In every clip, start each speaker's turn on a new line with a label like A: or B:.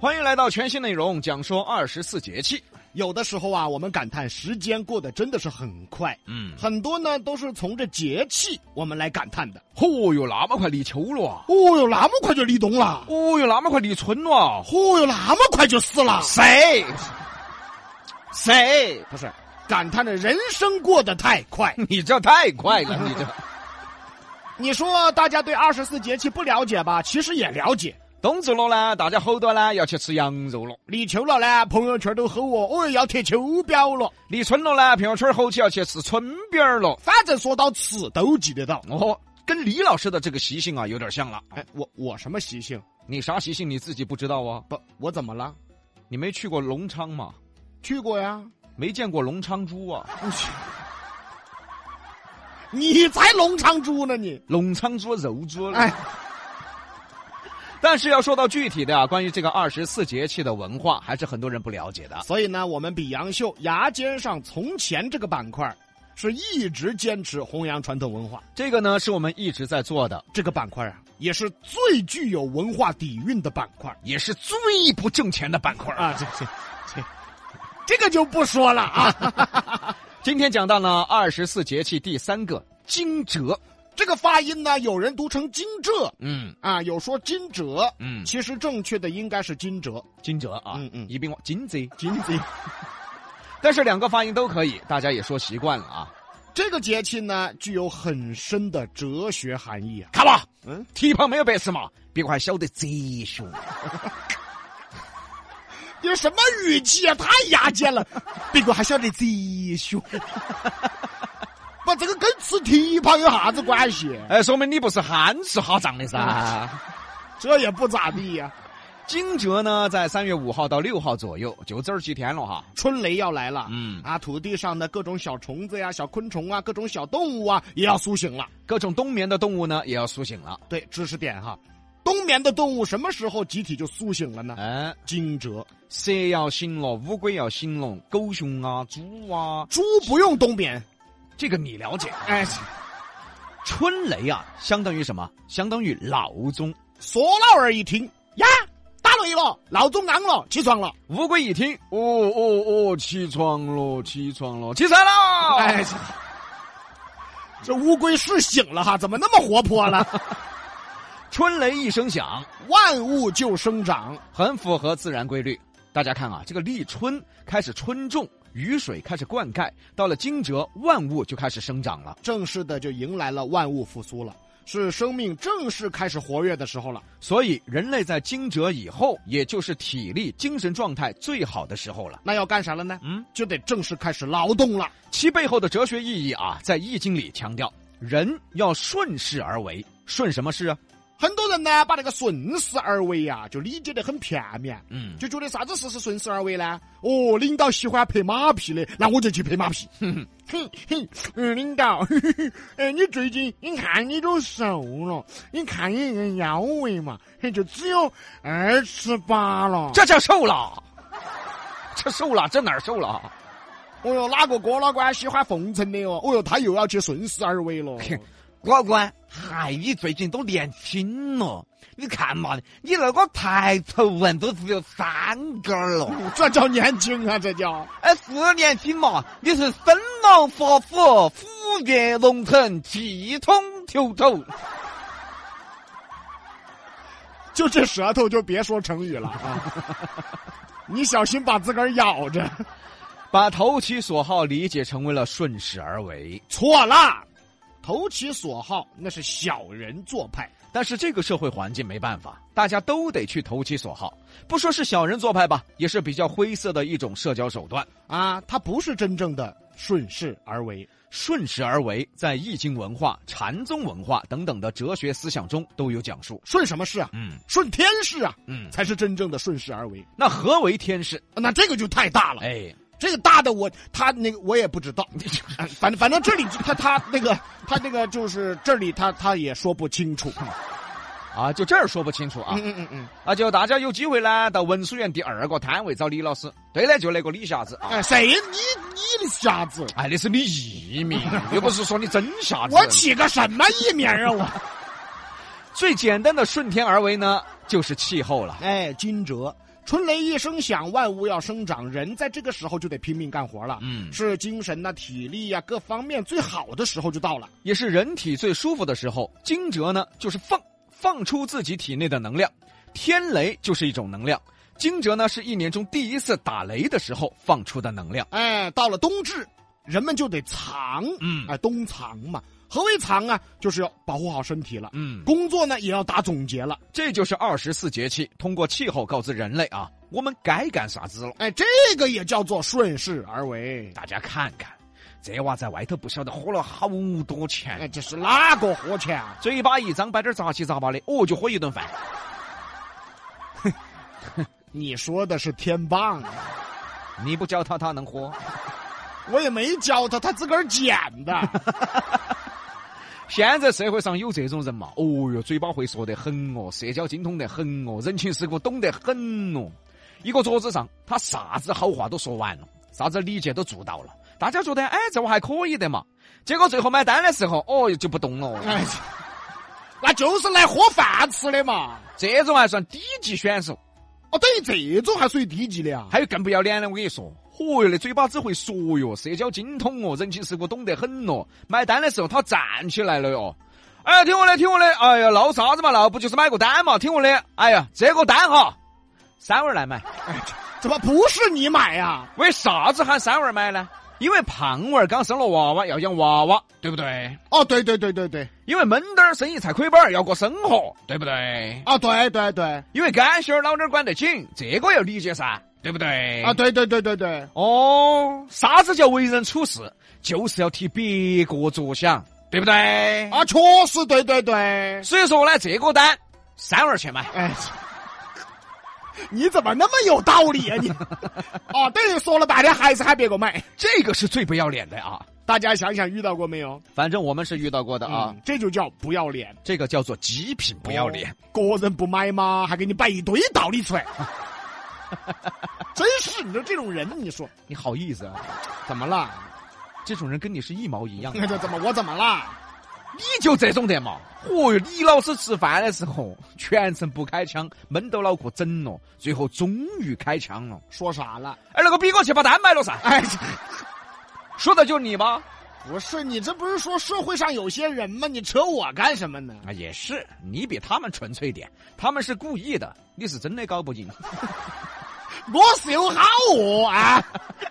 A: 欢迎来到全新内容，讲说二十四节气。
B: 有的时候啊，我们感叹时间过得真的是很快，
A: 嗯，
B: 很多呢都是从这节气我们来感叹的。
A: 嚯哟，那么快立秋了啊！
B: 哦哟，那么快就立冬了，
A: 哦哟，那么快立春了啊！
B: 哦哟，那么快就死了，
A: 谁？谁？
B: 不是感叹的人生过得太快。
A: 你这太快了，你这
B: 你说大家对二十四节气不了解吧？其实也了解。
A: 冬至了呢，大家好多呢要去吃羊肉了；
B: 立秋了呢，朋友圈都吼我，哦要贴秋膘了。
A: 立春了呢，朋友圈吼起要去吃春饼儿了。
B: 反正说到吃都记得到。
A: 哦，跟李老师的这个习性啊有点像了。
B: 哎，我我什么习性？
A: 你啥习性你自己不知道啊？
B: 不，我怎么了？
A: 你没去过隆昌吗？
B: 去过呀。
A: 没见过隆昌猪啊？
B: 你才隆昌猪呢你！
A: 隆昌猪肉猪了。
B: 哎，
A: 但是要说到具体的啊，关于这个二十四节气的文化，还是很多人不了解的。
B: 所以呢，我们比杨秀牙尖上从前这个板块，是一直坚持弘扬传统文化。
A: 这个呢，是我们一直在做的，
B: 这个板块啊，也是最具有文化底蕴的板块
A: 也是最不挣钱的板块。
B: 啊！这这这，这个就不说了啊。
A: 今天讲到呢，二十四节气第三个惊蛰。
B: 这个发音呢，有人读成惊蛰
A: 嗯
B: 啊，有说惊蛰，
A: 嗯，
B: 其实正确的应该是惊蛰。
A: 惊蛰啊，
B: 嗯嗯
A: 一并惊蛰。
B: 惊蛰
A: 但是两个发音都可以，大家也说习惯了啊。
B: 这个节气呢，具有很深的哲学含义啊。
A: 看吧，
B: 嗯，
A: 蹄膀没有白吃嘛，别个还晓得哲学。
B: 你什么语气啊？太牙尖 了，别个还晓得哲学。不，这个跟吃蹄膀有啥子 关系？
A: 哎，说明你不是憨是哈长的噻。
B: 啊这也不咋地呀、
A: 惊蛰呢，在三月五号到六号左右，就这儿几天了哈。
B: 春雷要来了，
A: 嗯，
B: 啊，土地上的各种小虫子呀、小昆虫啊、各种小动物啊，也要苏醒了。
A: 各种冬眠的动物呢，也要苏醒了。
B: 对，知识点哈，冬眠的动物什么时候集体就苏醒了呢？
A: 哎，
B: 惊蛰，
A: 蛇要醒了，乌龟要醒了，狗熊啊，猪啊，
B: 猪不用冬眠。
A: 这个你了解。啊
B: 哎，
A: 春雷啊，相当于什么？相当于闹钟。
B: 索老儿一听呀，打雷了，闹钟昂了，起床了。
A: 乌龟一听，哦哦哦，起床了，起床了，起床了！
B: 哎，这这乌龟是醒了哈，怎么那么活泼了？
A: 春雷一声响，
B: 万物就生长，
A: 很符合自然规律。大家看啊，这个立春开始春种，雨水开始灌溉，到了惊蛰，万物就开始生长了。
B: 正式的就迎来了万物复苏了，是生命正式开始活跃的时候了。
A: 所以，人类在惊蛰以后，也就是体力、精神状态最好的时候了。
B: 那要干啥了呢？
A: 嗯，
B: 就得正式开始劳动了。
A: 其背后的哲学意义啊，在《易经》里强调，人要顺势而为。顺什么势啊？
B: 很多人呢，把这个顺势而为呀、就理解得很片面，
A: 嗯，
B: 就觉得啥子事是顺势而为呢？哦，领导喜欢拍马屁的，那我就去拍马屁。哼 哼哼，嗯，领导， 嘿嘿嘿哎，你最近你看你都瘦了，你看你那个腰围嘛，嘿就只有二十八了。
A: 这叫瘦了，这瘦了，这哪儿瘦了啊？
B: 哦哟，哪个哥老倌喜欢奉承的哦？哦哟，他又要去顺势而为了。
A: 老官，嗨，哎你最近都年轻了，你看嘛，你那个抬头纹都只有三根了。
B: 哦这叫年轻啊，这叫。
A: 哎，是年轻嘛，你是生龙活虎，虎跃龙腾，气冲天头。
B: 就这舌头，就别说成语了啊！ 你小心把自个儿咬着。
A: 把投其所好理解成为了顺势而为，
B: 错了，投其所好那是小人做派。
A: 但是这个社会环境没办法，大家都得去投其所好。不说是小人做派吧，也是比较灰色的一种社交手段。
B: 啊，他不是真正的顺势而为。
A: 顺势而为，在易经文化、禅宗文化等等的哲学思想中都有讲述。
B: 顺什么势啊？
A: 嗯
B: 顺天势啊，
A: 嗯，
B: 才是真正的顺势而为。
A: 那何为天势？
B: 那这个就太大了，
A: 哎，
B: 这个大的我他那个我也不知道， 啊反正反正这里他他那个他那个就是这里他他也说不清楚。
A: 啊，就这儿说不清楚啊。
B: 嗯嗯嗯，
A: 那就大家有机会呢，到文殊院第二个摊位找李老师。对的，就那个李瞎子啊。
B: 哎，谁你你的瞎子？
A: 哎，那是你艺名，又不是说你真瞎子。
B: 我起个什么艺名啊我？
A: 最简单的顺天而为呢，就是气候了。
B: 哎，惊蛰，春雷一声响，万物要生长，人在这个时候就得拼命干活了。
A: 嗯
B: 是精神呐、体力呀、各方面最好的时候就到了。
A: 也是人体最舒服的时候。惊蛰呢，就是放放出自己体内的能量，天雷就是一种能量。惊蛰呢，是一年中第一次打雷的时候放出的能量。
B: 哎，到了冬至，人们就得藏，
A: 嗯
B: 哎，冬藏嘛。何为藏啊？就是要保护好身体了。
A: 嗯，
B: 工作呢也要打总结了，
A: 这就是二十四节气通过气候告知人类啊，我们该干啥子了。
B: 哎，这个也叫做顺势而为。
A: 大家看看，这娃啊在外头不晓得花了好多
B: 哎，
A: 钱，
B: 这是哪个火钱啊？
A: 嘴巴一张摆点杂七杂八的，哦，就喝一顿饭。
B: 你说的是天棒啊，
A: 你不教他，他能喝。
B: 我也没教他，他自个儿捡的。
A: 现在社会上有这种人嘛？哦哟，嘴巴会说得很哦，社交精通得很哦，人情世故懂得很哦。一个桌子上，他啥子好话都说完了，啥子理解都做到了，大家觉得哎，这娃还可以的嘛。结果最后买单的时候，哦哟就不动了。
B: 哎，那就是来喝饭吃的嘛。
A: 这种还算低级选手，
B: 哦，等于这种还属于低级的啊。
A: 还有更不要脸的，我跟你说。嚯哟，那嘴巴只会说哟，社交精通哦，人情世故懂得很哦。买单的时候他站起来了哟，哎，听我的，听我的，哎呀，闹啥子嘛闹？不就是买个单嘛？听我的，哎呀，这个单哈，三文来买。
B: 怎么不是你买啊呀、
A: 为啥子喊三文买呢？因为胖娃儿刚生了娃娃，要养娃娃，对不对？
B: 哦，对对对对对，
A: 因为闷点儿生意才亏本儿，要过生活，对不对？
B: 啊，对对对，
A: 因为干心儿老点儿管得紧，这个要理解噻，对不对？
B: 啊，，对对对对对，
A: 哦，啥子叫为人处事？就是要替别个着想，对不对？
B: 啊，确实对对哎对。
A: 所以说呢，这个单三万去买，
B: 哎，你怎么那么有道理 啊你？哦，对，说了半天还是喊别个买。
A: 这个是最不要脸的啊！
B: 大家想想遇到过没有？
A: 反正我们是遇到过的啊，
B: 嗯，这就叫不要脸，
A: 这个叫做极品不要脸。
B: 哦，个人不买嘛，还给你摆一堆道理 出来，真是你说这种人，你说
A: 你好意思啊？
B: 怎么了？
A: 这种人跟你是一毛一样
B: 那
A: 的，
B: 这怎么我怎么了？
A: 你就这种得嘛？嚯哟，李老师吃饭的时候全程不开枪，闷到脑壳整了，最后终于开枪了。
B: 说啥了？
A: 哎，那个比哥去把单买了噻，
B: 哎，这
A: 说的就是你吗？
B: 不是你这不是说社会上有些人吗？你扯我干什么呢？
A: 啊，也是，你比他们纯粹点，他们是故意的，你是真的搞不赢，
B: 我是有好恶啊！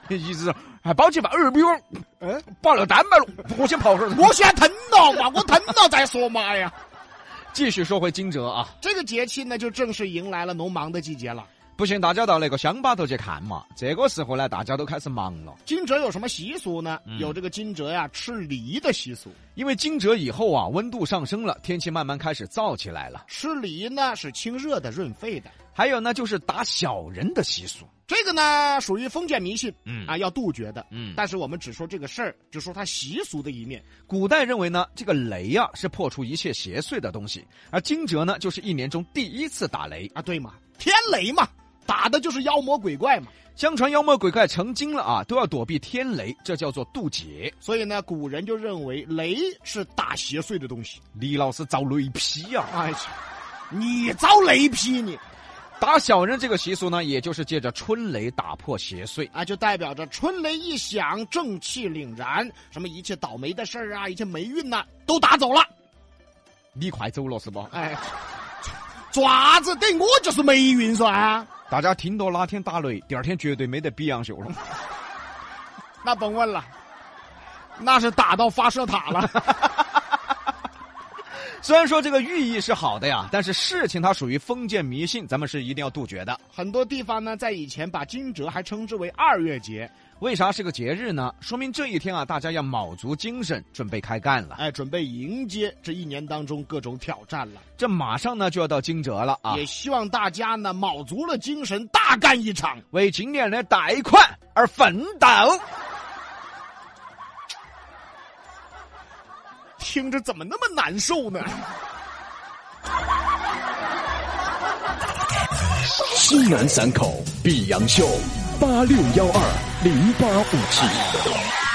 A: 一直还哎包起把二逼翁，
B: 嗯，
A: 把了单卖了，我先跑会儿。
B: 我先吞了嘛，我吞了再说嘛哎呀。
A: 继续说回惊蛰啊，
B: 这个节气呢，就正式迎来了农忙的季节了。
A: 不行，大家到那个乡坝头去看嘛。这个时候呢，大家都开始忙了，
B: 惊蛰有什么习俗呢？
A: 嗯
B: 有这个惊蛰呀、吃梨的习俗。
A: 因为惊蛰以后啊，温度上升了，天气慢慢开始燥起来了。
B: 吃梨呢是清热的、润肺的。
A: 还有呢，就是打小人的习俗。
B: 这个呢属于封建迷信
A: 嗯
B: 啊，要杜绝的。
A: 嗯，
B: 但是我们只说这个事儿，只说它习俗的一面。
A: 古代认为呢，这个雷啊是破除一切邪祟的东西，而惊蛰呢，就是一年中第一次打雷。
B: 啊，对嘛，天雷嘛，打的就是妖魔鬼怪嘛。
A: 相传妖魔鬼怪成精了啊，都要躲避天雷，这叫做渡劫。
B: 所以呢，古人就认为雷是打邪祟的东西。
A: 李老师遭雷劈呀、
B: 哎，你遭雷劈你
A: 打小人这个习俗呢，也就是借着春雷打破邪祟。
B: 啊，就代表着春雷一响，正气凛然，什么一切倒霉的事儿啊，一切霉运呐、都打走了。
A: 你快走了是吧？
B: 哎，爪子对我就是霉运啊噻、
A: 大家听到哪天打雷，第二天绝对没得比洋秀了。
B: 那甭问了，那是打到发射塔 了。
A: 虽然说这个寓意是好的呀，但是事情它属于封建迷信，咱们是一定要杜绝的。
B: 很多地方呢，在以前把惊蛰还称之为二月节，
A: 为啥是个节日呢？说明这一天啊，大家要卯足精神，准备开干了。
B: 哎，准备迎接这一年当中各种挑战了。
A: 这马上呢就要到惊蛰了啊
B: 也，希望大家呢，卯足了精神，大干一场。
A: 为今年的贷款而奋斗。
B: 听着怎么那么难受呢？
C: 西南三口碧阳秀八六幺二零八五七。